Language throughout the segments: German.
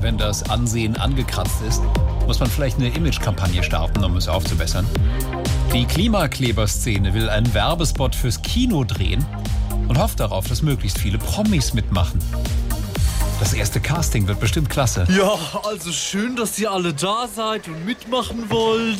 wenn das Ansehen angekratzt ist, muss man vielleicht eine Imagekampagne starten, um es aufzubessern. Die Klimakleberszene will einen Werbespot fürs Kino drehen und hofft darauf, dass möglichst viele Promis mitmachen. Das erste Casting wird bestimmt klasse. Ja, also schön, dass ihr alle da seid und mitmachen wollt.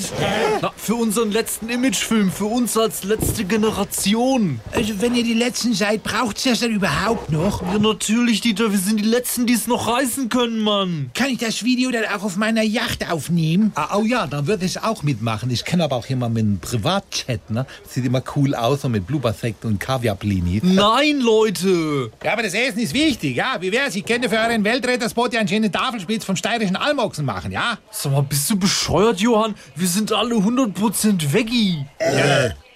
Na, für unseren letzten Imagefilm, für uns als letzte Generation. Also wenn ihr die Letzten seid, braucht's das dann überhaupt noch? Ja, natürlich, Dieter, wir sind die Letzten, die es noch reißen können, Mann. Kann ich das Video dann auch auf meiner Yacht aufnehmen? Ah, oh ja, dann würde ich auch mitmachen. Ich kenne aber auch jemanden mit einem Privatchat, ne? Sieht immer cool aus und mit Blubbersekt und Kaviarblini. Nein, Leute. Ja, aber das Essen ist wichtig, ja. Wie wär's? Ich könnte für euren Weltretterspot ja einen schönen Tafelspitz vom steirischen Almoxen machen, ja? Sag mal, bist du bescheuert, Johann? Wir sind alle 100% Veggie.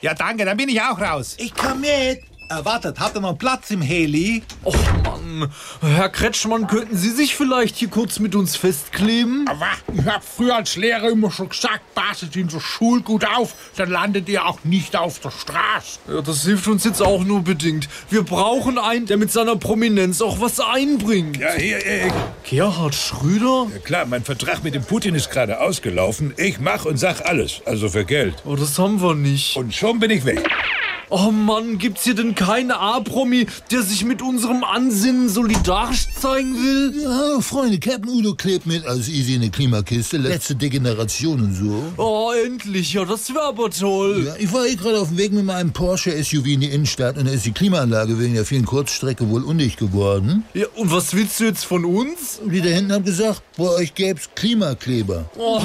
Ja, danke, dann bin ich auch raus. Ich komm mit. Äh, wartet, habt ihr noch Platz im Heli? Och, Mann. Herr Kretschmann, könnten Sie sich vielleicht hier kurz mit uns festkleben? Aber ich hab früher als Lehrer immer schon gesagt, passet in der Schule gut auf, dann landet ihr auch nicht auf der Straße. Ja, das hilft uns jetzt auch nur bedingt. Wir brauchen einen, der mit seiner Prominenz auch was einbringt. Ja, hier, äh, Gerhard Schröder? klar, mein Vertrag mit dem Putin ist gerade ausgelaufen. Ich mach und sag alles, also für Geld. Oh, das haben wir nicht. Und schon bin ich weg. Oh Mann, gibt's hier denn keinen A-Promi, der sich mit unserem Ansinnen solidarisch zeigen will? Ja, Freunde, Captain Udo klebt mit als Easy in eine Klimakiste, letzte Degeneration und so. Oh, endlich, ja, das wäre aber toll. Ja, ich war eh gerade auf dem Weg mit meinem Porsche SUV in die Innenstadt und da ist die Klimaanlage wegen der vielen Kurzstrecke wohl undicht geworden. Ja, und was willst du jetzt von uns? Und die da hinten haben gesagt, bei euch gäb's Klimakleber. Oh.